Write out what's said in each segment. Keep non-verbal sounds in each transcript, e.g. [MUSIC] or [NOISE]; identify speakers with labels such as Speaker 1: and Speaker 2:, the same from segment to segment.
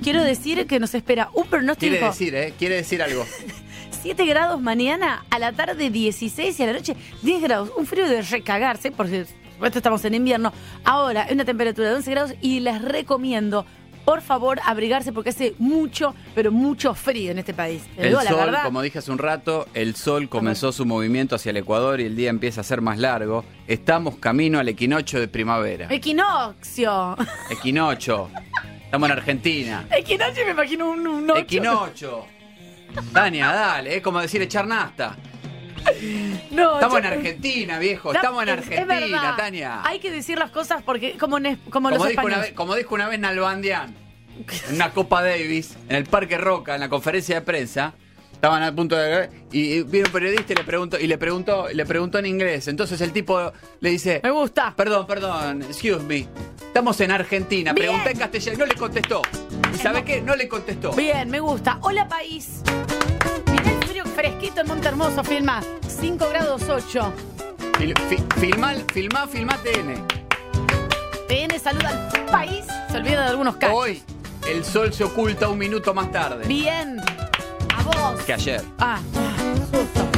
Speaker 1: Quiero decir que nos espera un pronóstico.
Speaker 2: Quiere decir, ¿eh? Quiere
Speaker 1: [LAUGHS]
Speaker 2: decir algo.
Speaker 1: 7 grados mañana, a la tarde 16 y a la noche 10 grados. Un frío de recagarse, porque por supuesto estamos en invierno. Ahora, una temperatura de 11 grados y les recomiendo, por favor, abrigarse porque hace mucho, pero mucho frío en este país. Les
Speaker 2: El
Speaker 1: digo la
Speaker 2: sol,
Speaker 1: verdad.
Speaker 2: como dije hace un rato, el sol comenzó su movimiento hacia el Ecuador y el día empieza a ser más largo. Estamos camino al equinoccio de primavera.
Speaker 1: Equinoccio. [LAUGHS]
Speaker 2: Equinoccio. Estamos en Argentina.
Speaker 1: Equinoccio me imagino un, un ocho. [LAUGHS]
Speaker 2: Equinoccio. Dania, dale, es como decir echar nasta.
Speaker 1: No,
Speaker 2: Estamos en
Speaker 1: yo-
Speaker 2: Argentina, viejo.
Speaker 1: Ta-
Speaker 2: Estamos en
Speaker 1: es- es verdad.
Speaker 2: Argentina, Tania.
Speaker 1: Hay que decir las cosas porque como, en es- como,
Speaker 2: Como
Speaker 1: los
Speaker 2: dijo, una
Speaker 1: españoles.
Speaker 2: vez, como dijo una vez Nalbandián, en una Copa Davis, en el Parque Roca, en la conferencia de prensa, estaban a punto de. Y, y vino un periodista y le preguntó, y le preguntó, le preguntó en inglés. Entonces el tipo le dice.
Speaker 1: Me gusta.
Speaker 2: Perdón, perdón, excuse me. Estamos en Argentina.
Speaker 1: Bien.
Speaker 2: Pregunté en castellano, no le contestó. ¿Y sabe qué? No le contestó.
Speaker 1: Bien, me gusta. Hola país. Mirá el frío fresquito en Monte Hermoso, filma. 5 grados 8.
Speaker 2: Fil- fi- filmá, filmá, filmá TN.
Speaker 1: TN saluda al país. Se olvida de algunos cachos.
Speaker 2: Hoy el sol se oculta un minuto más tarde
Speaker 1: Bien. A vos.
Speaker 2: que ayer.
Speaker 1: Ah, justo.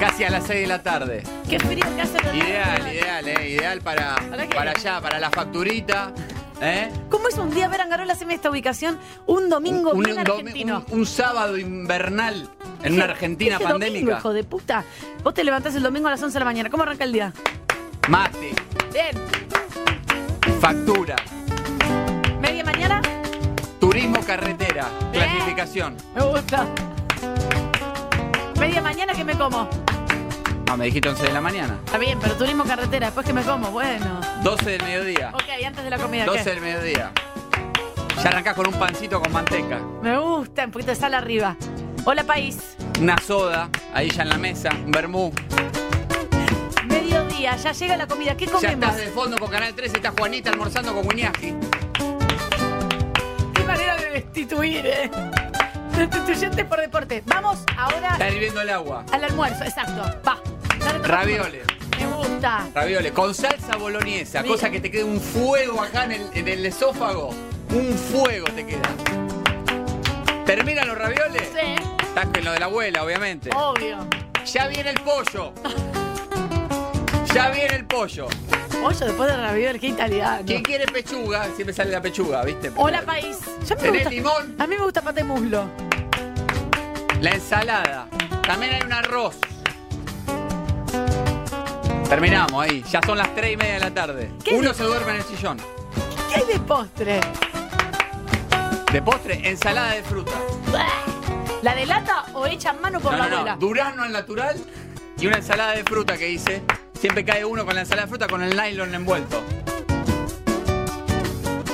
Speaker 2: Casi a las 6 de la tarde.
Speaker 1: Qué frío que hace verdad.
Speaker 2: Ideal, ideal, eh, ideal para,
Speaker 1: ¿Para qué?
Speaker 2: para allá, para la facturita. ¿eh?
Speaker 1: ¿Cómo es un día ver Angarola hacerme esta ubicación? Un domingo
Speaker 2: un,
Speaker 1: bien
Speaker 2: un domi-
Speaker 1: argentino.
Speaker 2: un- un sábado invernal en
Speaker 1: Dije,
Speaker 2: una Argentina
Speaker 1: dije domingo,
Speaker 2: pandémica.
Speaker 1: hijo de puta. Vos te levantás el domingo a las 11 de la mañana. ¿Cómo arranca el día?
Speaker 2: Mate,
Speaker 1: Bien.
Speaker 2: factura,
Speaker 1: Media mañana.
Speaker 2: turismo carretera,
Speaker 1: Bien.
Speaker 2: clasificación.
Speaker 1: Me gusta. Media mañana que me como.
Speaker 2: Ah, me dijiste 11 de la mañana.
Speaker 1: Está bien, pero turismo carretera, después que me como, bueno.
Speaker 2: 12 del mediodía.
Speaker 1: Ok, antes de la comida,
Speaker 2: 12
Speaker 1: ¿qué?
Speaker 2: del mediodía. Ya arrancás con un pancito con manteca.
Speaker 1: Me gusta, un poquito de sal arriba. Hola, país.
Speaker 2: Una soda, ahí ya en la mesa, un vermú.
Speaker 1: Mediodía, ya llega la comida. ¿Qué
Speaker 2: Ya eh.
Speaker 1: comemos?
Speaker 2: estás de fondo con Canal 13, está Juanita almorzando con Guiñaji.
Speaker 1: Qué manera de destituir, eh. Destituyente por deporte. Vamos ahora
Speaker 2: Está hirviendo el agua.
Speaker 1: al almuerzo, exacto. Va. Dale, toma.
Speaker 2: Ravioles.
Speaker 1: Me gusta.
Speaker 2: Ravioles con salsa boloñesa,
Speaker 1: Mira.
Speaker 2: cosa que te quede un fuego acá en el, en el esófago. Un fuego te queda. Terminan los ravioles.
Speaker 1: Sí, Oh.
Speaker 2: Estás con lo de la abuela, obviamente.
Speaker 1: obvio.
Speaker 2: Ya viene el pollo. Ya viene el pollo.
Speaker 1: Pollo después de ravioli, qué italiano.
Speaker 2: ¿Quién quiere pechuga? Siempre sale la pechuga, ¿viste?
Speaker 1: Hola, país. Ya me
Speaker 2: Tenés
Speaker 1: gusta.
Speaker 2: limón.
Speaker 1: A mí me gusta pate muslo.
Speaker 2: La ensalada. También hay un arroz. Terminamos ahí. Ya son las 3 y media de la tarde.
Speaker 1: ¿Qué
Speaker 2: Uno
Speaker 1: es?
Speaker 2: se duerme en el sillón.
Speaker 1: ¿Qué hay de postre?
Speaker 2: De postre, ensalada de fruta.
Speaker 1: ¿La de lata o hecha a mano por
Speaker 2: No,
Speaker 1: la
Speaker 2: no, no.
Speaker 1: abuela?
Speaker 2: Durazno al natural y una ensalada de fruta que hice. Siempre cae uno con la ensalada de fruta con el nylon envuelto.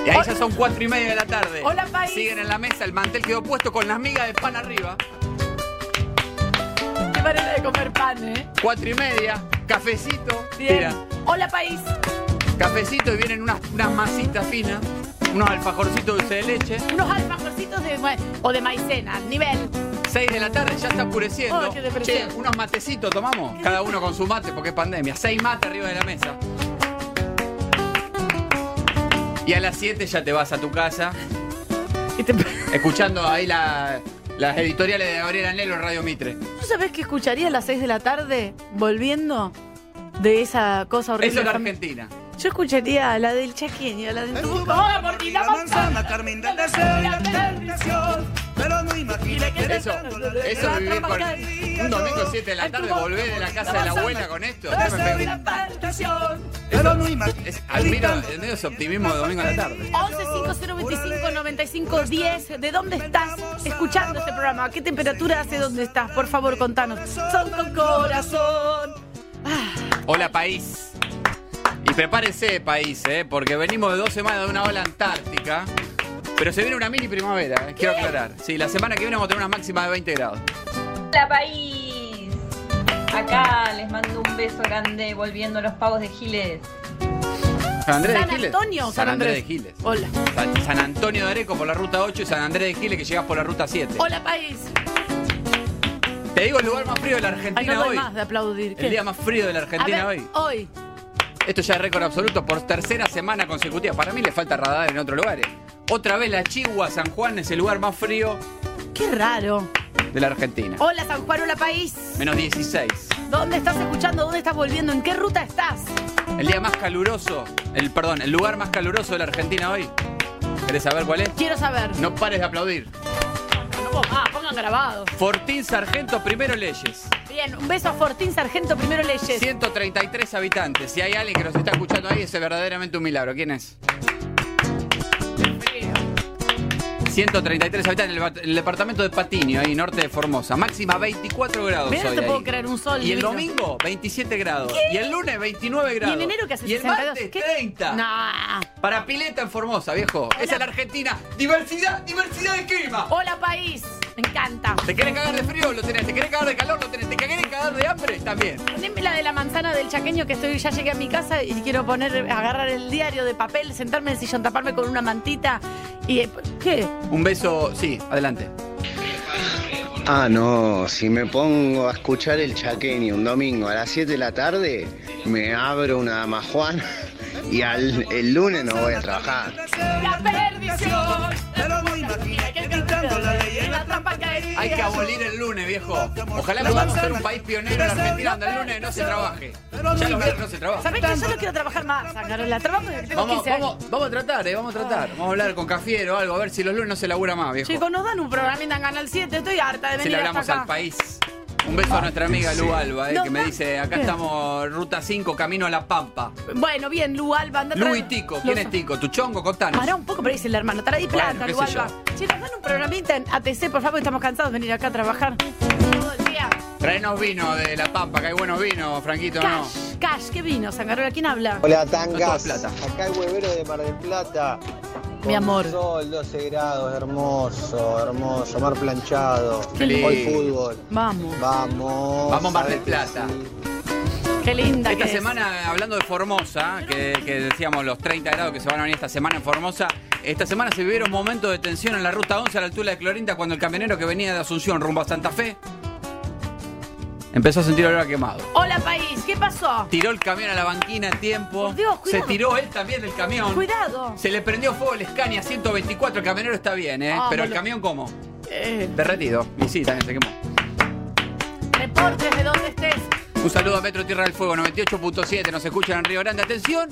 Speaker 2: Y ahí ya son cuatro y media de la tarde.
Speaker 1: Hola, país.
Speaker 2: Siguen en la mesa, el mantel quedó puesto con las migas de pan arriba.
Speaker 1: Qué manera de comer pan, ¿eh?
Speaker 2: Cuatro y media, cafecito.
Speaker 1: Bien.
Speaker 2: Mira,
Speaker 1: Hola, país.
Speaker 2: cafecito y vienen unas, unas masitas finas, unos alfajorcitos dulce de leche.
Speaker 1: Unos alfajorcitos de, ma- o de maicena, nivel.
Speaker 2: Seis de la tarde, ya está oscureciendo.
Speaker 1: Oh, qué depresión.
Speaker 2: Che, unos matecitos tomamos, cada uno con su mate porque es pandemia. Seis mates arriba de la mesa. Y a las 7 ya te vas a tu casa,
Speaker 1: Y te-
Speaker 2: escuchando ahí la- las editoriales de Gabriel Anelo en Radio Mitre.
Speaker 1: ¿Tú sabes que escucharía a las 6 de la tarde volviendo de esa cosa horrible?
Speaker 2: Eso es la
Speaker 1: Fam-
Speaker 2: Argentina.
Speaker 1: Yo escucharía a la del chaqueño, la del tubo.
Speaker 3: Ahora
Speaker 1: ¡Hola,
Speaker 3: por ti,
Speaker 1: la manzana!
Speaker 3: Carmen del deseo y la tentación. Pero no imagines que
Speaker 2: Eso, eso es vivir con. Un domingo 7 de la tarde, volver de la casa de la abuela con esto.
Speaker 3: El deseo y la tentación. Pero no imagines.
Speaker 2: Es- admiro, admiro ese optimismo de domingo a la tarde.
Speaker 1: 11-5025-95-10 ¿De dónde estás escuchando este programa? ¿A qué temperatura hace dónde estás? Por favor, contanos. Son con corazón.
Speaker 2: Hola país. Y prepárese país, ¿eh? porque venimos de dos semanas de una ola antártica. Pero se viene una mini primavera, ¿eh? quiero aclarar. Sí, la semana que viene vamos a tener unas máximas de 20 grados.
Speaker 4: Hola país. Acá les mando un beso grande volviendo a los pagos de Giles.
Speaker 2: San Andrés
Speaker 1: San
Speaker 2: de Giles.
Speaker 1: Antonio, o
Speaker 2: San Andrés de Giles.
Speaker 1: Hola.
Speaker 2: San, San Antonio de Areco por la ruta 8 y San Andrés de Giles que llegas por la ruta 7.
Speaker 1: Hola, país.
Speaker 2: Te digo el lugar más frío de la
Speaker 1: Ay,
Speaker 2: Argentina
Speaker 1: no doy
Speaker 2: hoy.
Speaker 1: más de aplaudir. ¿Qué?
Speaker 2: El día más frío de la
Speaker 1: A
Speaker 2: Argentina
Speaker 1: ver,
Speaker 2: hoy.
Speaker 1: hoy.
Speaker 2: Esto ya es récord absoluto por tercera semana consecutiva. Para mí le falta radar en otros lugares. Otra vez la Chihuahua, San Juan es el lugar más frío
Speaker 1: Qué raro.
Speaker 2: de la Argentina.
Speaker 1: Hola San Juan, hola país.
Speaker 2: Menos 16.
Speaker 1: ¿Dónde estás escuchando? ¿Dónde estás volviendo? ¿En qué ruta estás?
Speaker 2: El día más caluroso, el perdón, el lugar más caluroso de la Argentina hoy. ¿Querés saber cuál es?
Speaker 1: Quiero saber.
Speaker 2: No pares de aplaudir.
Speaker 1: No puedo más, pongan grabados.
Speaker 2: Fortín Sargento Primero Leyes.
Speaker 1: Bien, un beso a Fortín Sargento Primero Leyes.
Speaker 2: 133 habitantes. Si hay alguien que nos está escuchando ahí, ese es verdaderamente un milagro. ¿Quién es? 133 habitantes, el, bat- el departamento de Patinio, ahí norte de Formosa. Máxima 24 grados.
Speaker 1: Mirá, no
Speaker 2: hoy
Speaker 1: te puedo
Speaker 2: ahí.
Speaker 1: creer, un sol
Speaker 2: Y el
Speaker 1: divino.
Speaker 2: domingo, 27 grados. Y el lunes, 29
Speaker 1: ¿Y
Speaker 2: grados.
Speaker 1: en enero qué haces?
Speaker 2: Y el
Speaker 1: 62?
Speaker 2: martes,
Speaker 1: ¿Qué?
Speaker 2: 30.
Speaker 1: Nah.
Speaker 2: Para pileta en Formosa, viejo. Esa es la Argentina. Diversidad, diversidad de clima.
Speaker 1: Hola país, me encanta.
Speaker 2: ¿Te querés cagar de frío? Lo tenés. ¿Te querés cagar de calor? Lo tenés. ¿Te querés cagar de hambre? También.
Speaker 1: Poneme la de la manzana del chaqueño que estoy, ya llegué a mi casa y quiero poner, agarrar el diario de papel, sentarme en el sillón, taparme con una mantita y eh, ¿qué?
Speaker 2: Un beso, sí, adelante.
Speaker 5: Ah, no, si me pongo a escuchar el chaqueño un domingo a las 7 de la tarde, me abro una majuana y al, el lunes no voy a trabajar.
Speaker 1: La perdición.
Speaker 3: Pero no imaginé que gritando la ley en la trampa caería.
Speaker 2: Hay que abolir el lunes, viejo. Ojalá podamos ser un país pionero en Argentina donde el lunes no se trabaje. Ya los viernes no se trabaja.
Speaker 1: ¿Sabés que yo no quiero trabajar más, Ana Carola? Trabajo desde que tengo
Speaker 2: Vamos,
Speaker 1: 15 años.
Speaker 2: vamos, vamos a tratar, eh, vamos a tratar. Vamos a hablar con Cafiero o algo, a ver si los lunes no se labura más, viejo.
Speaker 1: Chicos, nos dan un programita en Canal 7, estoy harta de
Speaker 2: Si
Speaker 1: venir
Speaker 2: le
Speaker 1: hasta
Speaker 2: hablamos
Speaker 1: acá.
Speaker 2: al país. Un beso a nuestra amiga Lu Alba, eh,
Speaker 1: No,
Speaker 2: que me
Speaker 1: no.
Speaker 2: dice, acá
Speaker 1: ¿Qué?
Speaker 2: estamos ruta 5, camino a La Pampa.
Speaker 1: Bueno, bien, Lualba, anda
Speaker 2: Lu y Tico, ¿quién es Tico? ¿Tu chongo? Contanos.
Speaker 1: Pará un poco, pero dice el hermano, trae plata,
Speaker 2: Bueno, qué sé
Speaker 1: Lualba. Che, nos dan un programita en ATC, por favor, estamos cansados de venir acá a trabajar. Todo el día.
Speaker 2: Traenos vino de La Pampa, que hay buenos vinos, Franquito, ¿no?
Speaker 1: Cash, Cash, ¿qué vino? San Carola, ¿quién habla?
Speaker 6: Hola
Speaker 2: Con
Speaker 6: tangas,
Speaker 2: toda
Speaker 6: acá el huevero de Mar del Plata.
Speaker 1: Mi amor.
Speaker 6: Sol, 12 grados, hermoso, hermoso, mar planchado.
Speaker 2: Qué lindo.
Speaker 6: Hoy fútbol.
Speaker 1: Vamos,
Speaker 6: Vamos.
Speaker 2: Vamos, Mar del
Speaker 6: sabes que
Speaker 2: Plata.
Speaker 6: sí.
Speaker 1: qué linda
Speaker 2: Esta
Speaker 1: que es.
Speaker 2: semana, hablando de Formosa, que, que decíamos los 30 grados que se van a venir esta semana en Formosa, esta semana se vivieron momentos de tensión en la ruta 11 a la altura de Clorinda cuando el camionero que venía de Asunción rumbo a Santa Fe empezó a sentir olor a quemado.
Speaker 1: Hola, país, ¿qué pasó?
Speaker 2: Tiró el camión a la banquina a tiempo.
Speaker 1: Por Dios,
Speaker 2: se
Speaker 1: cuidado.
Speaker 2: tiró él también del camión.
Speaker 1: Cuidado.
Speaker 2: Se le prendió fuego el Scania 124. El camionero está bien, ¿eh?
Speaker 1: Ah,
Speaker 2: Pero el
Speaker 1: boludo.
Speaker 2: camión, ¿cómo?
Speaker 1: Eh,
Speaker 2: Derretido. Y sí, también se quemó.
Speaker 1: reportes de dónde estés.
Speaker 2: Un saludo a Metro Tierra del Fuego 98.7, nos escuchan en Río Grande. Atención,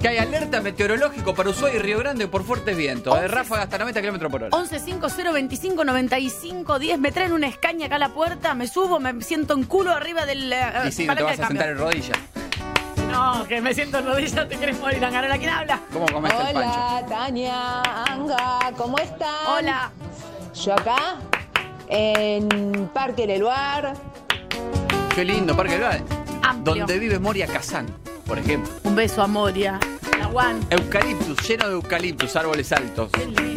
Speaker 2: que hay alerta meteorológico para Ushuaia y Río Grande por fuertes vientos. De ráfaga hasta 90 kilómetros por hora.
Speaker 1: 1150259510. Me traen una escaña acá a la puerta, me subo, me siento en culo arriba del. eh,
Speaker 2: Y sí, no te
Speaker 1: palanca
Speaker 2: vas
Speaker 1: del
Speaker 2: a sentar
Speaker 1: cambio.
Speaker 2: en rodillas.
Speaker 1: No, que me siento en rodillas, te querés morir, Angarola. ¿Quién habla?
Speaker 2: ¿Cómo comes el pancho?
Speaker 7: Hola, Tania, Anga, ¿cómo están?
Speaker 1: Hola.
Speaker 7: Yo acá, en Parque Leluar.
Speaker 2: Qué lindo, Parque Gade.
Speaker 1: Amplio.
Speaker 2: Donde vive Moria Kazán, por ejemplo.
Speaker 1: Un beso a Moria. La Juan.
Speaker 2: Eucaliptus, lleno de eucaliptus, árboles altos.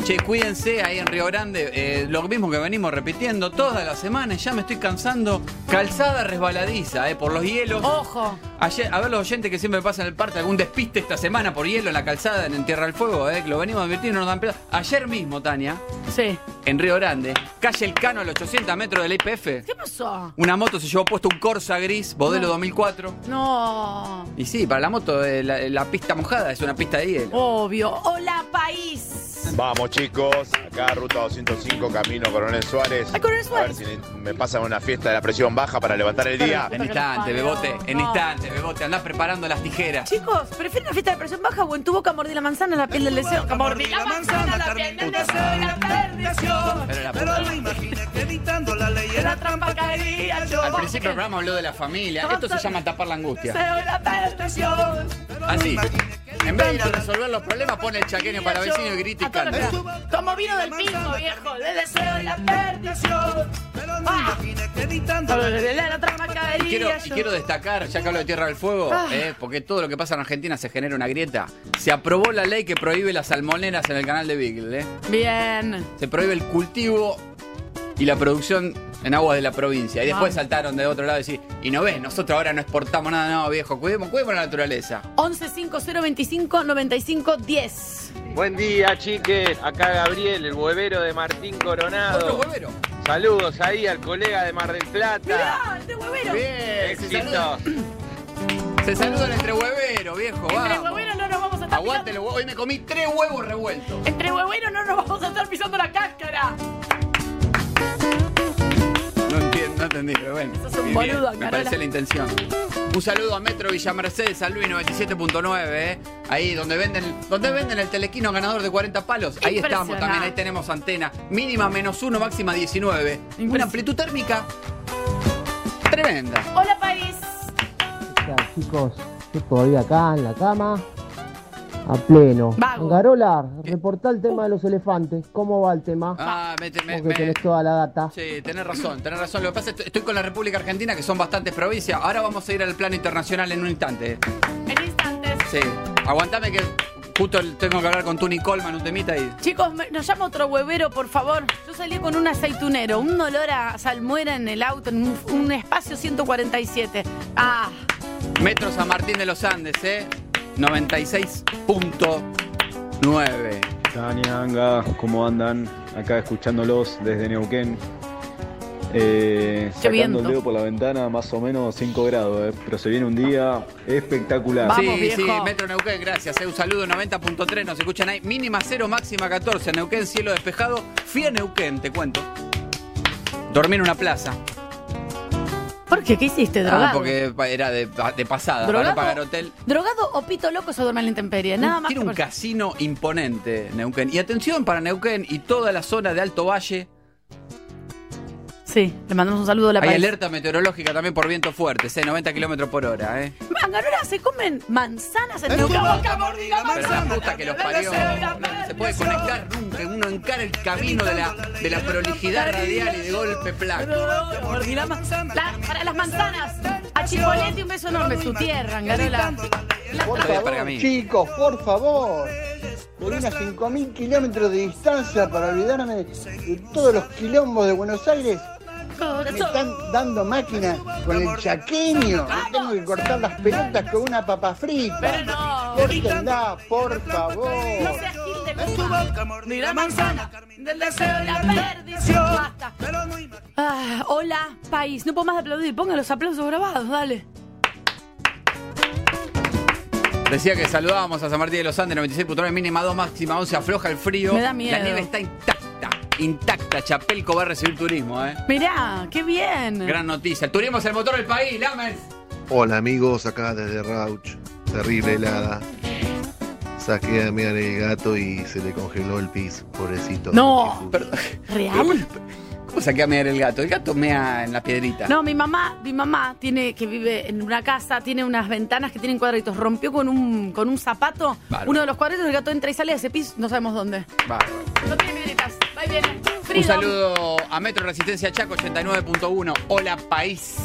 Speaker 2: Che, cuídense ahí en Río Grande. eh, lo mismo que venimos repitiendo todas las semanas, ya me estoy cansando. Calzada resbaladiza, eh, por los hielos.
Speaker 1: Oh, Ojo.
Speaker 2: Ayer, a ver los oyentes que siempre pasan el parte, algún despiste esta semana por hielo en la calzada en Tierra del Fuego, eh, que lo venimos advirtiendo, no nos dan pelota. Ayer mismo, Tania,
Speaker 1: Sí.
Speaker 2: en Río Grande, calle El Cano, al 800 metros de la IPF,
Speaker 1: ¿Qué pasó?
Speaker 2: una moto se llevó puesto un Corsa gris, modelo 2004.
Speaker 1: No.
Speaker 2: Y sí, para la moto eh, la, la pista mojada es una pista de
Speaker 1: Oh,
Speaker 2: hielo.
Speaker 1: Obvio. Hola, país.
Speaker 8: Vamos chicos, acá ruta 205, camino Coronel Suárez.
Speaker 1: Ay, Coronel
Speaker 8: A ver
Speaker 1: Suárez.
Speaker 8: si me pasan una fiesta de la presión baja para levantar el día.
Speaker 2: En instante, bebote, en instante, bebote, andás preparando las tijeras.
Speaker 1: Chicos, ¿prefieren la fiesta de presión baja o en tu boca mordí la manzana la piel del deseo?
Speaker 3: Mordí la manzana, terminé el deseo y la perdición.
Speaker 2: Pero la puta
Speaker 3: Pero no
Speaker 2: madre.
Speaker 3: imaginé que gritando la ley en la trampa caería yo.
Speaker 2: Al principio el programa habló de la familia, esto se llama tapar la angustia.
Speaker 3: Deseo y la perdición. Pero no
Speaker 2: Así,
Speaker 3: imaginé que
Speaker 2: en vez de ir a
Speaker 3: gritando la
Speaker 2: resolver los problemas, pone el chaqueño para vecino y grita y canta.
Speaker 1: Como vino del pingo, viejo. De deseo y la
Speaker 3: perdición. Pero no imaginé que gritando la ley
Speaker 1: perdición. La otra
Speaker 2: Y quiero, y
Speaker 1: mascarilla.
Speaker 2: quiero destacar, ya que hablo de Tierra del Fuego, eh, porque todo lo que pasa en Argentina se genera una grieta. Se aprobó la ley que prohíbe las salmoneras en el canal de Beagle. eh.
Speaker 1: Bien.
Speaker 2: Se prohíbe el cultivo y la producción en aguas de la provincia. Y después saltaron de otro lado y decir, y no ves, nosotros ahora no exportamos nada, no, viejo, cuidemos, cuidemos la naturaleza.
Speaker 1: 1150259510.
Speaker 9: Buen día, chiques. Acá Gabriel, el huevero de Martín
Speaker 10: Ah.
Speaker 2: Otro
Speaker 9: Coronado.
Speaker 2: huevero.
Speaker 9: Saludos ahí al colega de Mar del Plata.
Speaker 1: ¡Ah, este huevero!
Speaker 2: Bien, se
Speaker 9: Éxitos.
Speaker 2: saluda, Se saludan entre hueveros, viejo.
Speaker 1: Entre
Speaker 2: vamos.
Speaker 1: hueveros no nos vamos a estar
Speaker 2: Aguante los
Speaker 1: pisando.
Speaker 2: huevos. Hoy me comí tres huevos revueltos.
Speaker 1: Entre hueveros no nos vamos a estar pisando la cáscara.
Speaker 2: No entiendo, no entendí, pero bueno.
Speaker 1: Sos un
Speaker 2: Bien,
Speaker 1: boludo,
Speaker 2: Me
Speaker 1: Carola.
Speaker 2: parece la intención. Un saludo a Metro Villa Mercedes, San Luis 97.9, eh. ahí donde venden, donde venden el telequino ganador de 40 palos. Ahí estamos
Speaker 1: Impresionante.
Speaker 2: también, ahí tenemos antena. Mínima menos uno, máxima 19. Una amplitud térmica tremenda.
Speaker 1: Hola, París.
Speaker 6: chicos, yo todavía acá en la cama, a pleno.
Speaker 1: Vago.
Speaker 6: Garola, reportá el tema de los elefantes. ¿Cómo va el tema?
Speaker 2: Ah, me, me-
Speaker 6: Porque
Speaker 2: me-
Speaker 6: tenés toda la data.
Speaker 2: Sí, tenés razón, tenés razón. Lo que pasa es que estoy con la República Argentina, que son bastantes provincias. Ahora vamos a ir al plano internacional en un instante.
Speaker 1: En instantes.
Speaker 2: Sí, aguantame que justo tengo que hablar con Tuni Coleman un temita y...
Speaker 1: Chicos, me- nos llama otro huevero, por favor. Yo salí con un aceitunero, un olor a salmuera en el auto, en un, un espacio 147. Ah,
Speaker 2: Metro San Martín de los Andes, ¿eh? 96.9.
Speaker 11: Tania, Anga, ¿cómo andan? Acá escuchándolos desde Neuquén. Eh,
Speaker 1: Qué
Speaker 11: sacando
Speaker 1: viento.
Speaker 11: el dedo por la ventana, más o menos 5 grados, eh, pero se viene un día espectacular.
Speaker 1: Vamos,
Speaker 2: sí, sí,
Speaker 1: viejo.
Speaker 2: Metro Neuquén, gracias. eh. Un saludo 90.3, nos escuchan ahí. Mínima 0, máxima 14. Neuquén, cielo despejado. Fui a Neuquén, te cuento. Dormí en una plaza.
Speaker 1: ¿por qué? ¿Qué hiciste, drogado?
Speaker 2: Ah, porque era de, de pasada, para
Speaker 1: ¿Drogado?
Speaker 2: no pagar hotel.
Speaker 1: ¿Drogado o pito loco se duerme en la intemperie? Nada más.
Speaker 2: Tiene
Speaker 1: que por-
Speaker 2: un casino imponente, Neuquén. Y atención para Neuquén y toda la zona de Alto Valle.
Speaker 1: Sí, le mandamos un saludo a la
Speaker 2: Hay
Speaker 1: París.
Speaker 2: alerta meteorológica también por vientos fuertes, eh, 90 kilómetros por hora. ¿eh?
Speaker 1: Mangarola, se comen manzanas en Neuquén.
Speaker 2: Pero la puta que los parió. No se puede conectar nunca. Uno encara el camino de la, de la prolijidad radial y de golpe placa.
Speaker 1: Mordí la manzana. La- para las manzanas. A Chipolete un beso enorme. Su tierra, Angarola.
Speaker 6: Por
Speaker 2: Todavía
Speaker 6: favor,
Speaker 2: pergamino.
Speaker 6: chicos, por favor. Por unas 5.000 kilómetros de distancia para olvidarme de todos los quilombos de Buenos Aires. Me
Speaker 1: Corazón.
Speaker 6: están dando máquina con el chaqueño. Me tengo que cortar las pelotas con una papa
Speaker 1: Pero
Speaker 6: frita.
Speaker 1: no.
Speaker 6: Córtenla, por favor.
Speaker 1: No seas gil de goma. Ni la manzana. Del deseo de la perdición. Basta. Ah, hola, país. No puedo más aplaudir. Pongan los aplausos grabados, dale.
Speaker 2: Decía que saludábamos a San Martín de los Andes, 96.9, mínima 2, máxima 11, afloja el frío.
Speaker 1: Me da miedo.
Speaker 2: La nieve está intacta, intacta. Chapelco va a recibir turismo,
Speaker 1: Ah.
Speaker 2: ¿eh?
Speaker 1: Mirá, qué bien.
Speaker 2: Gran noticia. El turismo es el motor del país, Lames.
Speaker 12: Hola amigos, acá desde Rauch, terrible helada. Saqué a mi gato y se le congeló el pis, pobrecito.
Speaker 1: No.
Speaker 2: Perdón.
Speaker 1: ¿Real?
Speaker 2: ¿Cómo saqué a mear el gato? El gato mea en la piedrita.
Speaker 1: No, mi mamá, mi mamá tiene que vive en una casa, tiene unas ventanas que tienen cuadritos. Rompió con un con un zapato
Speaker 2: Bárbaro.
Speaker 1: uno de los cuadritos, el gato entra y sale de ese piso, no sabemos dónde.
Speaker 2: Va.
Speaker 1: No tiene piedritas. Va y viene.
Speaker 2: Un
Speaker 1: Freedom.
Speaker 2: saludo a Metro Resistencia Chaco 89.1. Hola, país.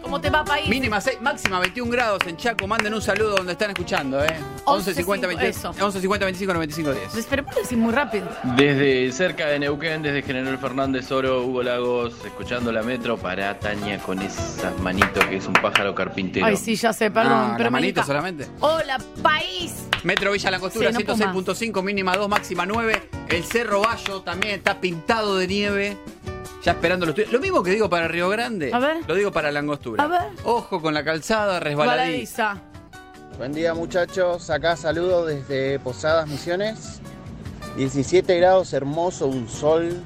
Speaker 1: ¿Cómo te va, país?
Speaker 2: Mínima 6, máxima 21 grados en Chaco. Manden un saludo donde están escuchando, ¿eh? 11 50
Speaker 1: eso.
Speaker 2: 25, 11 50 25 95 10.
Speaker 1: Pues, Pero puedo decir muy rápido.
Speaker 9: Desde cerca de Neuquén, desde General Fernández Oro, Hugo Lagos, escuchando la metro para Tania con esas manitos que es un pájaro carpintero.
Speaker 1: Ay, sí, ya sé, perdón.
Speaker 2: Ah,
Speaker 1: pero
Speaker 2: la manito
Speaker 1: manita.
Speaker 2: solamente.
Speaker 1: Hola, país.
Speaker 2: Metro Villa La Costura
Speaker 1: Sí, no puedo
Speaker 2: 106.5, mínima 2, máxima 9. El Cerro Bayo también está pintado de nieve. Ya esperando los tuyos. Lo mismo que digo para Río Grande,
Speaker 1: A ver.
Speaker 2: lo digo para la angostura.
Speaker 1: A ver.
Speaker 2: Ojo con la calzada, resbaladiza.
Speaker 1: Baladiza.
Speaker 6: Buen día muchachos, acá saludo desde Posadas Misiones. 17 grados, hermoso, un sol.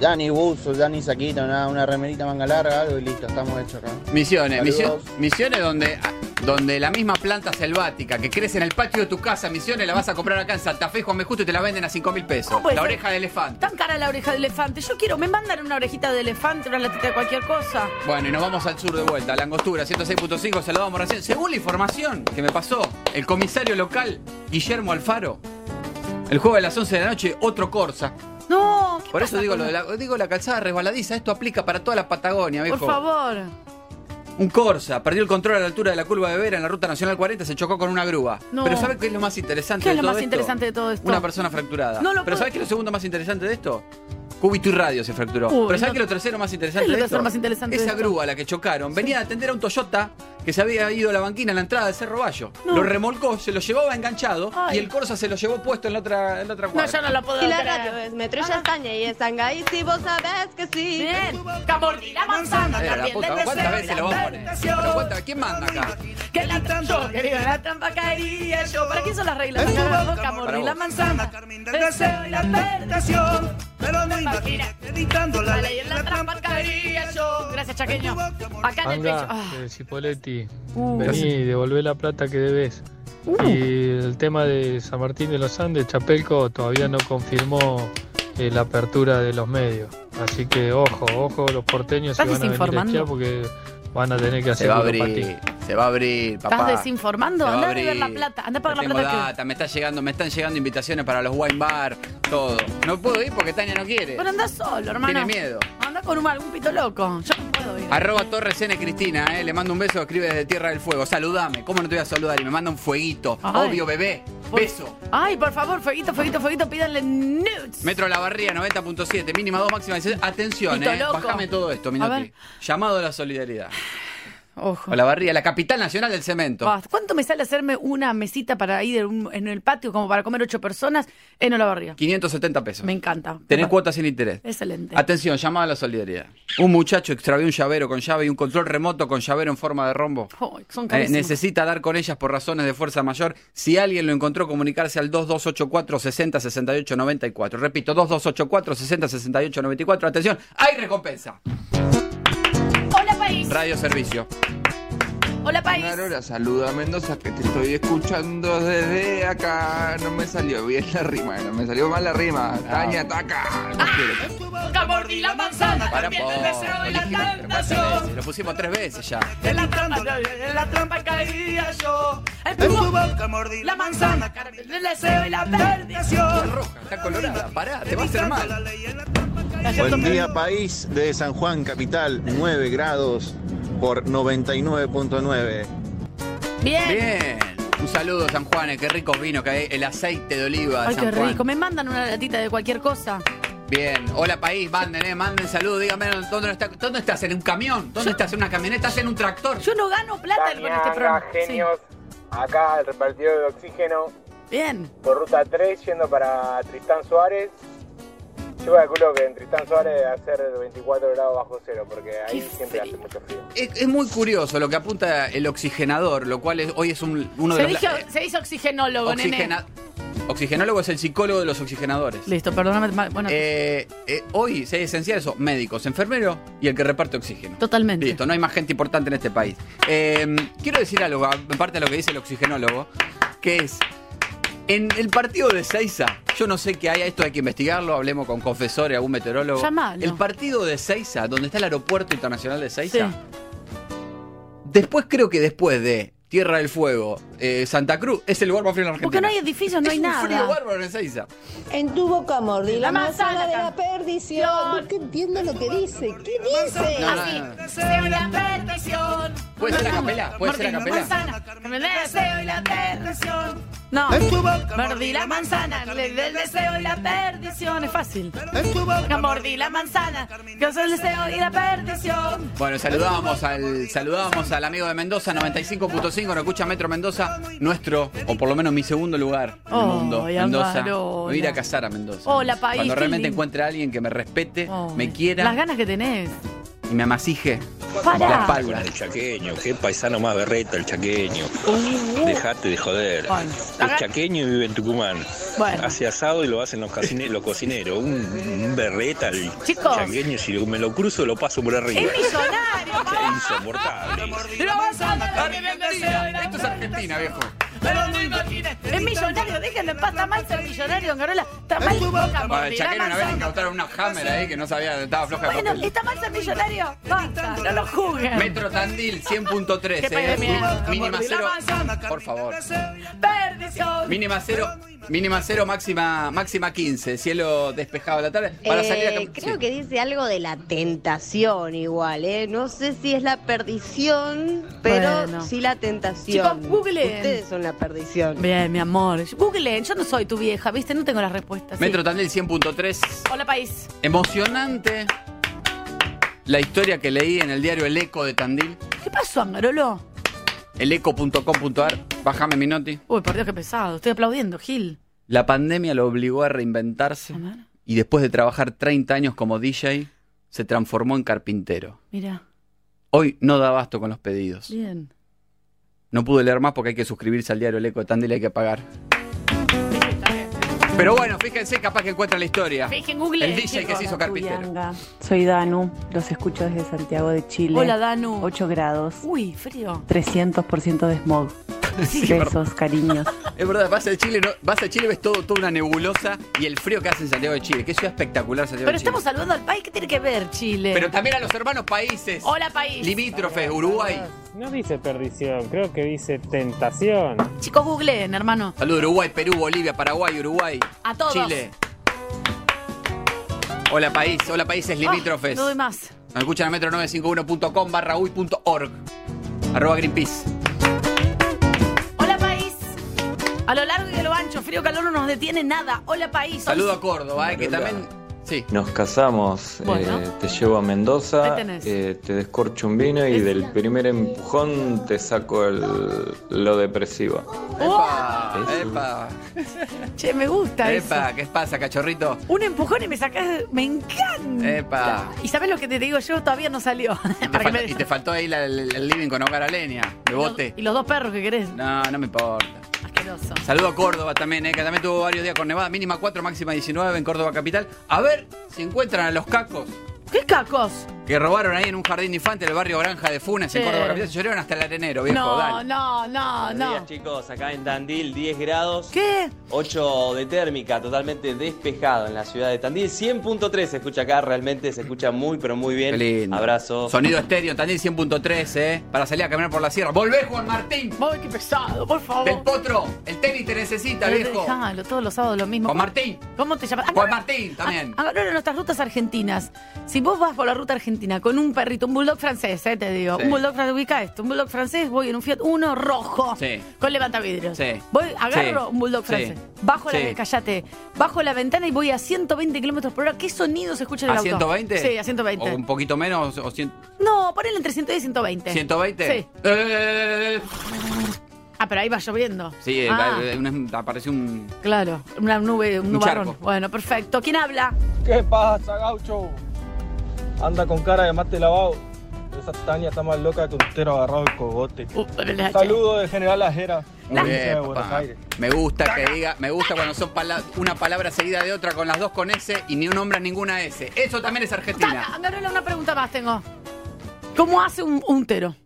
Speaker 6: Ya ni buzo, ya ni saquito, nada, una remerita manga larga, algo y listo, estamos hechos acá.
Speaker 2: Misiones, misio-
Speaker 6: Saludos.
Speaker 2: misiones donde, ah, donde la misma planta selvática que crece en el patio de tu casa, misiones, la vas a comprar acá en Santa Fe, Juan Justo y te la venden a 5 mil pesos.
Speaker 1: ¿Cómo puede
Speaker 2: La
Speaker 1: ser?
Speaker 2: oreja de elefante.
Speaker 1: Tan cara la oreja de elefante. Yo quiero, me mandan una orejita de elefante, una latita de cualquier cosa.
Speaker 2: Bueno, y nos vamos al sur de vuelta, a la angostura, 106.5, saludamos recién. Según la información que me pasó, el comisario local, Guillermo Alfaro, el juego de las 11 de la noche, otro Corsa.
Speaker 1: No, ¿qué
Speaker 2: Por eso
Speaker 1: pasa
Speaker 2: digo
Speaker 1: con
Speaker 2: lo de la, digo la calzada resbaladiza, esto aplica para toda la Patagonia, viejo.
Speaker 1: Por favor.
Speaker 2: Un Corsa perdió el control a la altura de la curva de Vera en la ruta nacional 40, se chocó con una grúa.
Speaker 1: No.
Speaker 2: Pero ¿sabes qué es lo más interesante
Speaker 1: ¿Qué es
Speaker 2: de
Speaker 1: lo
Speaker 2: todo
Speaker 1: más
Speaker 2: esto?
Speaker 1: interesante de todo esto?
Speaker 2: Una persona fracturada.
Speaker 1: No lo
Speaker 2: Pero
Speaker 1: puedo-
Speaker 2: ¿sabes qué es lo segundo más interesante de esto? Cúbito y radio se fracturó.
Speaker 1: Uy,
Speaker 2: Pero ¿sabes
Speaker 1: no.
Speaker 2: qué es lo tercero más interesante
Speaker 1: ¿Qué es lo
Speaker 2: de esto?
Speaker 1: tercero más interesante de
Speaker 2: Esa
Speaker 1: esto?
Speaker 2: grúa a la que chocaron venía a atender a un Toyota que se había ido a la banquina en la entrada de Cerro Bayo.
Speaker 1: No.
Speaker 2: Lo remolcó, se lo llevaba enganchado
Speaker 13: Ay.
Speaker 2: y el Corsa se lo llevó puesto en la otra, en la otra cuadra. Eh,
Speaker 13: Y la radio es Metro
Speaker 1: Ah,
Speaker 13: y Chastaña y es Shanghái, si vos sabés que sí. Bien. Camorri, la manzana,
Speaker 2: Eh, la puta, ¿Cuántas veces lo vamos a poner? Pero cuántas- ¿Quién manda acá?
Speaker 1: Que la trampa, yo, querido, la trampa caería yo. ¿Para quién son las reglas? Acá la boca,
Speaker 2: Para
Speaker 1: mordí
Speaker 2: vos.
Speaker 1: la manzana.
Speaker 3: Carmen del deseo y la tentación. Pero no imagina que editando la ley en la trampa caería yo.
Speaker 1: Gracias, chaqueño. Acá en el pecho.
Speaker 10: Anga,
Speaker 1: Ah,
Speaker 10: el Cipoletti,
Speaker 1: Uh.
Speaker 2: [LAUGHS]
Speaker 10: vení y devolvé la plata que debes.
Speaker 2: Uh.
Speaker 10: Y el tema de San Martín de los Andes, Chapelco todavía no confirmó eh, la apertura de los medios. Así que ojo, ojo, los porteños se
Speaker 1: ¿Estás
Speaker 10: van a venir a
Speaker 1: desinformando?
Speaker 10: esquiar porque van a tener que
Speaker 2: Se
Speaker 10: hacer
Speaker 2: va a
Speaker 10: duro
Speaker 2: abrir, se va a abrir, papá.
Speaker 1: ¿Estás desinformando?
Speaker 2: Se va a
Speaker 1: Andá a ver la
Speaker 2: abrir.
Speaker 1: plata. Andá a pagar la
Speaker 2: Tengo
Speaker 1: plata
Speaker 2: data, me, está llegando, me están llegando invitaciones para los wine bar, todo. No puedo ir porque Tania no
Speaker 1: que.
Speaker 2: quiere.
Speaker 1: Pero andá solo, hermano.
Speaker 2: Tiene miedo.
Speaker 1: Andá con un, algún pito loco. Yo no puedo ir.
Speaker 2: Arroba Torres N Cristina, eh, le mando un beso, escribe desde Tierra del Fuego. Saludame, ¿cómo no te voy a saludar? Y me manda un fueguito.
Speaker 1: Ay.
Speaker 2: Obvio, bebé. Beso.
Speaker 1: Ay, por favor, fueguito, fueguito, fueguito, pídanle nudes.
Speaker 2: Metro La Barría, 90.7, mínima 2, máxima 16. Atención,
Speaker 1: Pito
Speaker 2: eh,
Speaker 1: loco.
Speaker 2: bajame todo esto,
Speaker 1: A
Speaker 2: Minotti.
Speaker 1: ver.
Speaker 2: Llamado a la solidaridad.
Speaker 1: Ojo.
Speaker 2: O La Barría, la capital nacional del cemento.
Speaker 1: Basta. ¿Cuánto me sale hacerme una mesita para ir en un- en el patio como para comer ocho personas en Olavarría?
Speaker 2: 570 pesos.
Speaker 1: Me encanta.
Speaker 2: Tenés cuotas sin interés.
Speaker 1: Excelente.
Speaker 2: Atención, llamada a la solidaridad. Un muchacho extravió un llavero con llave y un control remoto con llavero en forma de rombo.
Speaker 1: Oh, son
Speaker 2: Eh,
Speaker 1: carísimos.
Speaker 2: necesita dar con ellas por razones de fuerza mayor. Si alguien lo encontró, comunicarse al 2284 60 68 94. Repito, 2284 60 68 94. Atención, hay recompensa.
Speaker 1: Hola, país.
Speaker 2: Radio Servicio.
Speaker 1: Hola, país.
Speaker 14: Carora, saluda a Mendoza que te estoy escuchando desde acá. No me salió bien la rima, no me salió mal la rima. Tania, ataca. No quiero.
Speaker 3: Boca mordí la manzana,
Speaker 2: Para
Speaker 3: también
Speaker 2: vos.
Speaker 3: el deseo y la tentación.
Speaker 2: Lo pusimos tres veces ya.
Speaker 3: Delatando la ley en la trampa caería yo. En tu boca mordí la manzana, Carmen del deseo y la tentación.
Speaker 2: Está roja, está colorada. Pará, te va a hacer mal.
Speaker 6: Buen día país de San Juan Capital, 9 grados por 99.9.
Speaker 1: Bien.
Speaker 2: Bien. Un saludo, San Juan. Qué rico vino que hay. El aceite de oliva de
Speaker 1: Ay,
Speaker 2: San
Speaker 1: qué
Speaker 2: Juan.
Speaker 1: rico. Me mandan una latita de cualquier cosa.
Speaker 2: Bien, hola país, manden, eh, manden saludos, díganme dónde está- dónde estás, en un camión, dónde estás en una camioneta, estás en un tractor.
Speaker 1: Yo no gano plata con este programa.
Speaker 15: genios. Acá el repartidor de oxígeno.
Speaker 1: Bien.
Speaker 15: Por ruta 3 yendo para Tristán Suárez. Yo calculo que en Tristán Suárez debe hacer 24 grados bajo cero, porque ahí siempre hace mucho frío.
Speaker 2: Es, es muy curioso lo que apunta el oxigenador, lo cual es- hoy es un- uno
Speaker 1: Se,
Speaker 2: de los... eh,
Speaker 1: dijo- se hizo oxigenólogo,
Speaker 2: Oxigena- Oxigenólogo es el psicólogo de los oxigenadores.
Speaker 1: Listo, perdóname. ma- Bueno,
Speaker 2: Eh, eh, hoy se esencial eso, médicos, enfermeros y el que reparte oxígeno.
Speaker 1: Totalmente.
Speaker 2: Listo, no hay más gente importante en este país. Eh, quiero decir algo, a- en parte de lo que dice el oxigenólogo, que es, en el partido de Seiza, yo no sé qué hay, esto hay que investigarlo, hablemos con confesores, algún meteorólogo.
Speaker 1: Llamalo.
Speaker 2: El partido de Seiza, donde está el aeropuerto internacional de Seiza, después creo que después de Tierra del Fuego, eh, Santa Cruz, es el lugar más frío en la Argentina.
Speaker 1: porque no hay edificios, no hay
Speaker 2: un
Speaker 1: nada.
Speaker 2: frío bárbaro en Seiza.
Speaker 7: En tu boca mordí la,
Speaker 1: La manzana,
Speaker 7: manzana, de la perdición. No que entiendo lo que dice. ¿Qué dice?
Speaker 2: No, no, no, no.
Speaker 1: Deseo y la tentación.
Speaker 2: Puede ser a capela, puede ser a capela.
Speaker 1: Manzana, Carmen, el deseo y la tentación. No, mordí la manzana, le del deseo y la perdición. Es fácil. Mordí la manzana, yo soy el deseo y la perdición.
Speaker 2: Bueno, saludábamos al, saludábamos al amigo de Mendoza, 95.5, nos escucha Metro Mendoza, nuestro, o por lo menos mi segundo lugar en el
Speaker 1: Oh,
Speaker 2: mundo.
Speaker 1: y
Speaker 2: Mendoza.
Speaker 1: Amarola.
Speaker 2: Me voy a ir a casar a Mendoza.
Speaker 1: Hola, país,
Speaker 2: Cuando
Speaker 1: qué
Speaker 2: realmente
Speaker 1: lindo.
Speaker 2: encuentre a alguien que me respete,
Speaker 1: Oh,
Speaker 2: me
Speaker 1: Las
Speaker 2: quiera
Speaker 1: ganas que tenés.
Speaker 2: y me amasije la
Speaker 1: Pará.
Speaker 2: espalda.
Speaker 16: El chaqueño, qué paisano más berreta el chaqueño. Dejate de joder.
Speaker 1: Bueno.
Speaker 16: El chaqueño vive en Tucumán.
Speaker 1: Bueno.
Speaker 16: Hace asado y lo hacen los, cocine- los cocineros. Un, un berreta el
Speaker 1: Chicos.
Speaker 16: chaqueño. Si me lo cruzo, lo paso por arriba.
Speaker 1: Es millonario.
Speaker 16: Qué insoportable.
Speaker 1: La manzana, Carmen, el deseo y la
Speaker 2: Esto es Argentina, viejo.
Speaker 1: Pero no imagines. Es millonario, déjenlo en paz. Está mal ser millonario, don Carola. Está mal. Boca,
Speaker 2: Bueno, el
Speaker 1: mordí la
Speaker 2: chaqueño una vez le
Speaker 1: manzana.
Speaker 2: incautaron una hammer ahí que no sabía, estaba floja de
Speaker 1: Bueno,
Speaker 2: papel.
Speaker 1: está mal ser millonario. Basta, no lo juzguen.
Speaker 2: Metro Tandil, 100.3,
Speaker 1: Qué
Speaker 2: eh.
Speaker 1: país de mierda.
Speaker 2: Mínima
Speaker 1: Mordí la
Speaker 2: cero.
Speaker 1: manzana,
Speaker 2: Por favor.
Speaker 1: Perdición.
Speaker 2: Mínima cero, mínima cero, máxima, máxima 15. Cielo despejado a la tarde. Para
Speaker 13: Eh,
Speaker 2: salir a cam-
Speaker 13: creo
Speaker 2: sí.
Speaker 13: que dice algo de la tentación igual, ¿eh? No sé si es la perdición, pero
Speaker 1: Bueno.
Speaker 13: sí la tentación.
Speaker 1: Chicos, googleen.
Speaker 13: Ustedes son la perdición.
Speaker 1: Bien, mi amor. Googleen, yo no soy tu vieja, ¿viste? No tengo las respuestas. sí.
Speaker 2: Metro Tandil 100.3.
Speaker 1: Hola, país.
Speaker 2: Emocionante la historia que leí en el diario El Eco de Tandil.
Speaker 1: ¿Qué pasó, Angarolo?
Speaker 2: eleco.com.ar. Bájame, Minotti.
Speaker 1: Uy, por Dios, qué pesado. Estoy aplaudiendo, Gil.
Speaker 2: La pandemia lo obligó a reinventarse y después de trabajar 30 años como DJ, se transformó en carpintero.
Speaker 1: Mira,
Speaker 2: Hoy no da abasto con los pedidos.
Speaker 1: bien.
Speaker 2: No pude leer más porque hay que suscribirse al diario El Eco de Tandil y hay que pagar. Pero bueno, fíjense, capaz que encuentran la historia.
Speaker 1: Fíjense, Google.
Speaker 2: El DJ que se hizo carpintero.
Speaker 17: Soy Danu, los escucho desde Santiago de Chile.
Speaker 1: Hola, Danu.
Speaker 17: 8 grados,
Speaker 1: Uy, frío.
Speaker 17: 300% de smog. Besos, cariños.
Speaker 2: Es verdad, vas a Chile, no- vas a Chile ves todo, toda una nebulosa y el frío que hace en Santiago de Chile. Qué ciudad espectacular Santiago
Speaker 1: Pero
Speaker 2: de Chile.
Speaker 1: estamos saludando al país. ¿Qué tiene que ver Chile?
Speaker 2: Pero también a los hermanos países.
Speaker 1: Hola, país.
Speaker 2: Limítrofes, Uruguay.
Speaker 18: No dice perdición, creo que dice tentación.
Speaker 1: Chicos, googleen, hermano.
Speaker 2: Saludos Uruguay, Perú, Bolivia, Paraguay, Uruguay.
Speaker 1: A todos.
Speaker 2: Chile. Hola país, hola países limítrofes.
Speaker 1: Ah, No doy más.
Speaker 2: Nos escuchan a metro951.com barra uy.org. Arroba Greenpeace.
Speaker 1: Hola, país. A lo largo y a lo ancho, frío calor no nos detiene nada. Hola, país.
Speaker 2: Saludo a Córdoba, eh, que también. Sí.
Speaker 19: Nos casamos,
Speaker 1: Bueno.
Speaker 19: eh, te llevo a Mendoza,
Speaker 1: Ahí tenés.
Speaker 19: eh, te descorcho un vino y del primer empujón te saco el- lo depresivo.
Speaker 1: Oh.
Speaker 2: Epa, epa,
Speaker 1: Che, me gusta
Speaker 2: epa,
Speaker 1: eso.
Speaker 2: ¿qué pasa, cachorrito?
Speaker 1: Un empujón y me sacás. Me encanta.
Speaker 2: Epa.
Speaker 1: Y sabes lo que te digo yo, todavía no salió. [LAUGHS]
Speaker 2: Y te, falta- y te faltó ahí la- el, el living con hogar a leña, de bote.
Speaker 1: y los dos perros que querés.
Speaker 2: No, no me importa.
Speaker 1: Asqueroso.
Speaker 2: Saludo a Córdoba también, eh, que también tuvo varios días con nevada, mínima 4, máxima 19 en Córdoba capital. A ver si encuentran a los cacos
Speaker 1: ¿Qué cacos?
Speaker 2: que robaron ahí en un jardín infante del barrio Granja de Funes en
Speaker 1: Sí.
Speaker 2: Córdoba capital. Se lloraron hasta el arenero, viejo,
Speaker 1: no,
Speaker 2: dale.
Speaker 1: no, no,
Speaker 20: Buenos
Speaker 1: no.
Speaker 20: días, chicos, acá en Tandil 10 grados.
Speaker 1: ¿Qué?
Speaker 20: 8 de térmica, totalmente despejado en la ciudad de Tandil. 100.3 se escucha acá, realmente se escucha muy, pero muy bien. Abrazo.
Speaker 2: Sonido estéreo, Tandil 100.3, eh, para salir a caminar por la sierra. Volvé, Juan Martín.
Speaker 1: Ay, qué pesado, por favor.
Speaker 2: Del potro, el tenis te necesita,
Speaker 1: Pero
Speaker 2: viejo.
Speaker 1: dejalo, todos los sábados lo mismo.
Speaker 2: Juan Martín.
Speaker 1: ¿Cómo te llamas?
Speaker 2: Juan Martín también.
Speaker 1: Ahora Ah, nuestras rutas argentinas. Si vos vas por la ruta argentina con un perrito, un bulldog francés, eh, te digo,
Speaker 2: Sí.
Speaker 1: un bulldog francés, ubica esto, un bulldog francés, voy en un Fiat Uno rojo
Speaker 2: Sí.
Speaker 1: con levantavidrios.
Speaker 2: Sí.
Speaker 1: Voy, agarro
Speaker 2: Sí.
Speaker 1: un bulldog
Speaker 2: Sí.
Speaker 1: francés, bajo
Speaker 2: Sí.
Speaker 1: la callate, bajo la ventana y voy a 120 kilómetros por hora. ¿Qué sonido se escucha en el
Speaker 2: ¿A
Speaker 1: auto?
Speaker 2: 120?
Speaker 1: Sí, a 120.
Speaker 2: ¿O un poquito menos? ¿O cien-
Speaker 1: No, ponele entre 110 y 120.
Speaker 2: 120?
Speaker 1: Sí.
Speaker 2: Eh,
Speaker 1: Ah, pero ahí va lloviendo.
Speaker 2: Sí, eh,
Speaker 1: Ah.
Speaker 2: eh, una- apareció un...
Speaker 1: Claro, una nube, un,
Speaker 2: Un
Speaker 1: nubarrón.
Speaker 2: charco.
Speaker 1: Bueno, perfecto. ¿Quién habla?
Speaker 21: ¿Qué pasa, gaucho? Anda con cara de mate lavado. Esa Tania está más loca que un tero agarrado el cogote.
Speaker 1: Uh, Saludos
Speaker 21: Saludo de General Ajera.
Speaker 2: Muy
Speaker 21: provincia de
Speaker 2: bien,
Speaker 21: Buenos
Speaker 2: eh, papá.
Speaker 21: Aires.
Speaker 2: Me gusta que diga, me gusta cuando son pala- una palabra seguida de otra con las dos con S y ni nombras ninguna S. Eso también es Argentina.
Speaker 1: Ah, Gabriela, una pregunta más tengo. ¿Cómo hace un, un tero?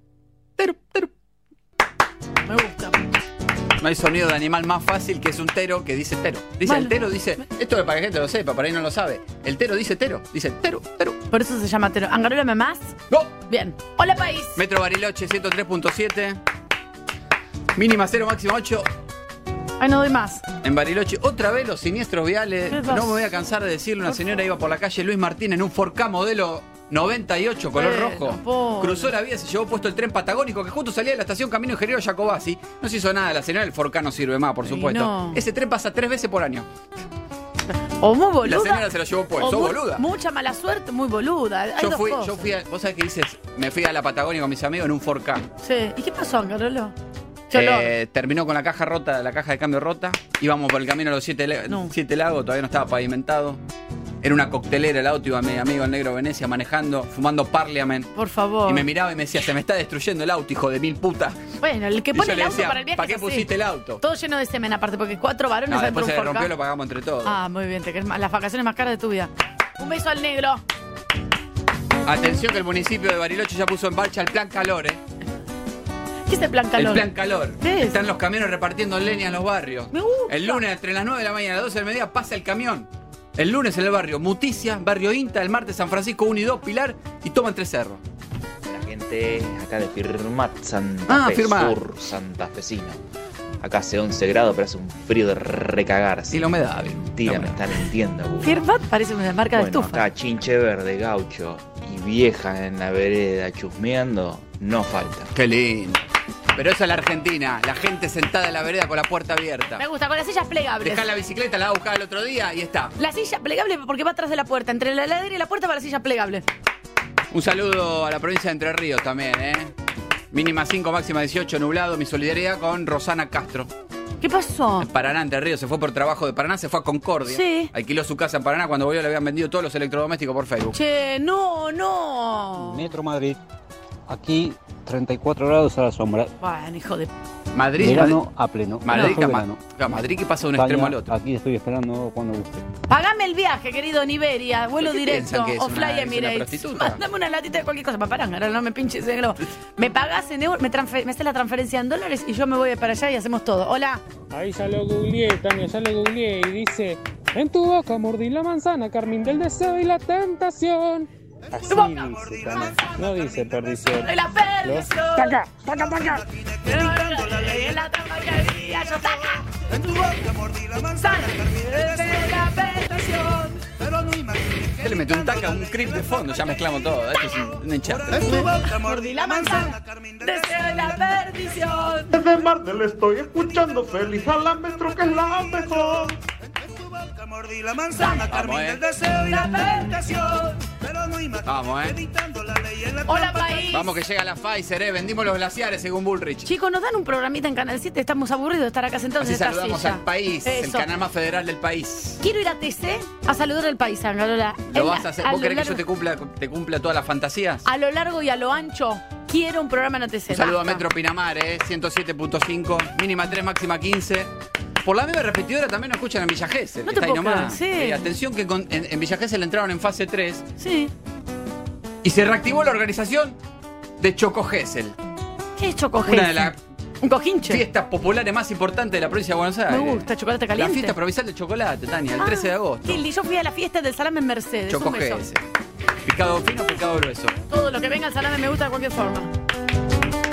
Speaker 2: No hay sonido de animal más fácil que es un tero que dice tero. Dice el tero, dice. Esto es para que la gente lo sepa, por ahí no lo sabe. El tero dice tero, dice tero, tero.
Speaker 1: Por eso se llama tero. Angarola, ¿me más?
Speaker 2: No.
Speaker 1: Bien. Hola, país.
Speaker 2: Metro Bariloche 103.7. Mínima 0, máxima 8.
Speaker 1: Ay, no doy más.
Speaker 2: En Bariloche, otra vez los siniestros viales.
Speaker 1: ¿Qué pasa?
Speaker 2: No me voy a cansar de decirlo. Una señora iba por la calle Luis Martín en un 4K modelo 98, color
Speaker 1: Bueno,
Speaker 2: rojo.
Speaker 1: pobre.
Speaker 2: Cruzó la vía, se llevó puesto el tren patagónico que justo salía de la estación Camino Ingeniero Jacobasi. No se hizo nada. La señora del 4K no sirve más, por supuesto.
Speaker 1: no.
Speaker 2: Ese tren pasa tres veces por año.
Speaker 1: O muy boluda.
Speaker 2: La señora se lo llevó puesto.
Speaker 1: o
Speaker 2: Sos
Speaker 1: mu-
Speaker 2: boluda.
Speaker 1: Mucha mala suerte, muy boluda. Hay
Speaker 2: Yo
Speaker 1: dos
Speaker 2: fui,
Speaker 1: cosas.
Speaker 2: yo fui a, vos sabés que dices, me fui a la Patagonia con mis amigos en un 4K.
Speaker 1: Sí. ¿Y qué pasó, Angarolo?
Speaker 2: Eh, terminó con la caja rota, la caja de cambio rota. Íbamos por el camino a los siete, la- siete lagos, todavía no estaba pavimentado. Era una coctelera el auto, iba mi amigo el negro Venecia manejando, fumando Parliament.
Speaker 1: Por favor.
Speaker 2: Y me miraba y me decía, se me está destruyendo el auto, hijo de mil puta.
Speaker 1: Bueno, el que
Speaker 2: Y
Speaker 1: pone
Speaker 2: yo
Speaker 1: el
Speaker 2: le
Speaker 1: auto
Speaker 2: decía,
Speaker 1: para el viaje.
Speaker 2: ¿para qué
Speaker 1: es así.
Speaker 2: pusiste el auto?
Speaker 1: Todo lleno de semen, aparte, porque cuatro varones
Speaker 2: No,
Speaker 1: adentro
Speaker 2: después
Speaker 1: de
Speaker 2: se
Speaker 1: un
Speaker 2: le
Speaker 1: Ford
Speaker 2: rompió,
Speaker 1: Ka.
Speaker 2: lo pagamos entre todos.
Speaker 1: Ah, muy bien, te querés más- las vacaciones más caras de tu vida. Un beso al negro.
Speaker 2: Atención que el municipio de Bariloche ya puso en marcha el plan calor, ¿eh?
Speaker 1: ¿Qué es este el plan calor?
Speaker 2: El plan calor.
Speaker 1: ¿Qué es?
Speaker 2: Están los camiones repartiendo leña en los barrios.
Speaker 1: Me gusta.
Speaker 2: El lunes entre las 9 de la mañana y las 12 del mediodía pasa el camión. El lunes en el barrio Muticia, barrio Inta, el martes San Francisco 1 y 2, Pilar y toman tres cerros.
Speaker 22: gente acá de Firmat Santa
Speaker 2: Ah,
Speaker 22: Fe
Speaker 2: Firmat.
Speaker 22: Sur, Santa Fecino. Acá hace 11 grados, pero hace un frío de recagarse.
Speaker 2: Y la humedad, bien.
Speaker 22: Mentira, me están mintiendo. Gu.
Speaker 1: Firmat parece una marca de
Speaker 22: Bueno,
Speaker 1: estufa.
Speaker 22: acá chinche verde, gaucho y vieja en la vereda chusmeando, no falta.
Speaker 2: Qué lindo. Pero eso es la Argentina, la gente sentada en la vereda con la puerta abierta.
Speaker 1: Me gusta, con las sillas plegables.
Speaker 2: Dejá la bicicleta, la vas a buscar el otro día y está.
Speaker 1: La silla plegable porque va atrás de la puerta. Entre la heladera y la puerta va la silla plegable.
Speaker 2: Un saludo a la provincia de Entre Ríos también, ¿eh? Mínima 5, máxima 18, nublado. Mi solidaridad con Rosana Castro.
Speaker 1: ¿Qué pasó?
Speaker 2: Paraná, Entre Ríos, se fue por trabajo de Paraná, se fue a Concordia.
Speaker 1: Sí.
Speaker 2: Alquiló su casa en Paraná, cuando volvió le habían vendido todos los electrodomésticos por Facebook.
Speaker 1: Che, no, no.
Speaker 4: Metro Madrid, aquí 34 grados a la sombra.
Speaker 1: Bueno, hijo de.
Speaker 2: Madrid,
Speaker 4: Verano a pleno.
Speaker 2: Madrid,
Speaker 4: Pleno
Speaker 2: que a Ma-
Speaker 4: verano.
Speaker 2: a Madrid que pasa de un
Speaker 4: España,
Speaker 2: extremo al otro.
Speaker 4: Aquí estoy esperando cuando guste.
Speaker 1: Pagame el viaje, querido, en Iberia. Vuelo
Speaker 2: ¿Qué
Speaker 1: directo.
Speaker 2: piensan que es
Speaker 1: O
Speaker 2: una-
Speaker 1: Fly
Speaker 2: es una
Speaker 1: Emirates.
Speaker 2: prostituta?
Speaker 1: Mándame una latita de cualquier cosa. Paparán, ahora no me pinches de globo. Me pagas en euros, me, transfer- me haces la transferencia en dólares y yo me voy para allá y hacemos todo. Hola.
Speaker 18: Ahí ya lo googleé, Tania, ya lo googleé y dice: En tu boca mordí la manzana, Carmín, del deseo y la tentación. Así dice, Tania. No dice perdición.
Speaker 1: De la perdición.
Speaker 18: Taca,
Speaker 1: taca, taca. La trampa que había, yo taca.
Speaker 3: En tu boca mordí la manzana,
Speaker 1: De la perdición.
Speaker 3: pero no imaginé
Speaker 2: Usted le metió un taca, un creep de fondo, ya mezclamos todo. Esto es un, un enchate.
Speaker 3: En tu boca mordí
Speaker 1: Mordí la manzana. Deseo la perdición.
Speaker 5: Desde Marte le estoy escuchando feliz a la metro que es la mejor.
Speaker 3: mordí la manzana, Carmín,
Speaker 2: eh.
Speaker 3: el deseo y la tentación, pero no imaginé
Speaker 2: Vamos, eh.
Speaker 3: editando la ley en la
Speaker 1: Hola,
Speaker 3: trampa
Speaker 1: país.
Speaker 2: Vamos que llega la Pfizer, eh. Vendimos los glaciares según Bullrich.
Speaker 1: Chicos, nos dan un programita en Canal 7. Estamos aburridos de estar acá sentados
Speaker 2: Así
Speaker 1: en esta
Speaker 2: saludamos
Speaker 1: silla.
Speaker 2: al país, el
Speaker 1: Eso.
Speaker 2: canal más federal del país.
Speaker 1: Quiero ir a TC a saludar al país, Angalola.
Speaker 2: ¿Lo
Speaker 1: En la-
Speaker 2: vas a hacer?
Speaker 1: a
Speaker 2: ¿Vos
Speaker 1: lo
Speaker 2: querés que
Speaker 1: largo-
Speaker 2: yo te cumpla, te cumpla todas las fantasías?
Speaker 1: A lo largo y a lo ancho, quiero un programa en ATC.
Speaker 2: Un saludo a
Speaker 1: Basta.
Speaker 2: Metro Pinamar, eh, 107.5, mínima 3, máxima 15. Por la misma repetidora también nos escuchan en Villa Gesell,
Speaker 1: No
Speaker 2: que
Speaker 1: te
Speaker 2: está ahí
Speaker 1: puedo
Speaker 2: nomás.
Speaker 1: creer, sí.
Speaker 2: Eh, atención que con- en, en Villa Gesell entraron en fase 3
Speaker 1: Sí.
Speaker 2: y se reactivó la organización de Choco Gesell.
Speaker 1: ¿Qué es Choco
Speaker 2: Una de
Speaker 1: Gesell?
Speaker 2: las
Speaker 1: Un cojinche.
Speaker 2: fiestas populares más importantes de la provincia de Buenos Aires.
Speaker 1: Me gusta, chocolate
Speaker 2: La
Speaker 1: caliente.
Speaker 2: fiesta provincial de chocolate, Tania, el
Speaker 1: Ah,
Speaker 2: 13 de agosto.
Speaker 1: Tildi, yo fui a la fiesta del salame en Mercedes.
Speaker 2: Choco
Speaker 1: Un beso.
Speaker 2: Gesell. Picado fino, picado grueso.
Speaker 1: Todo lo que venga al salame me gusta de cualquier forma.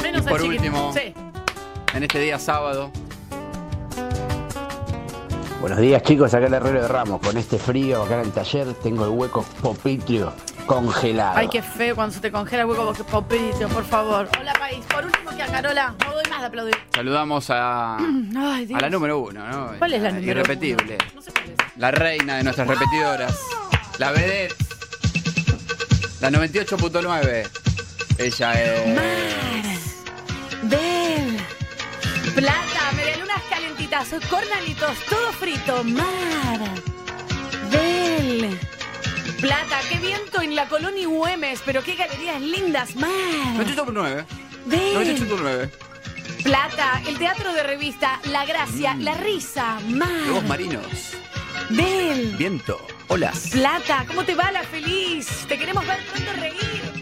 Speaker 1: Menos
Speaker 2: Y por
Speaker 1: el chiquito.
Speaker 2: último-
Speaker 1: Sí.
Speaker 2: En este día sábado,
Speaker 23: Buenos días chicos, acá el herrero de Ramos. Con este frío acá en el taller tengo el hueco popitrio congelado.
Speaker 1: Ay, qué feo cuando se te congela el hueco porque popito, por favor. Hola, país. Por último, que a Carola. No doy más de aplaudir.
Speaker 2: saludamos a,
Speaker 1: Mm, Ay, Dios.
Speaker 2: a la número uno, ¿no?
Speaker 1: ¿Cuál es la número
Speaker 2: Irrepetible. La reina de nuestras repetidoras. La vedette. La 98.9. Ella es.
Speaker 1: Del. Plata, medialunas calentitas, cornalitos, todo frito. Mar. Del. Plata, qué viento en la colonia Güemes, pero qué galerías lindas. Mar.
Speaker 2: 98.9.
Speaker 1: Del.
Speaker 2: 98.9.
Speaker 1: Plata, el teatro de revista, la
Speaker 2: Mm.
Speaker 1: gracia, la risa.
Speaker 2: De vos,
Speaker 1: Mar.
Speaker 2: marinos.
Speaker 1: Del.
Speaker 2: Viento. Olas.
Speaker 1: Plata, ¿cómo te va la feliz? Te queremos ver pronto reír.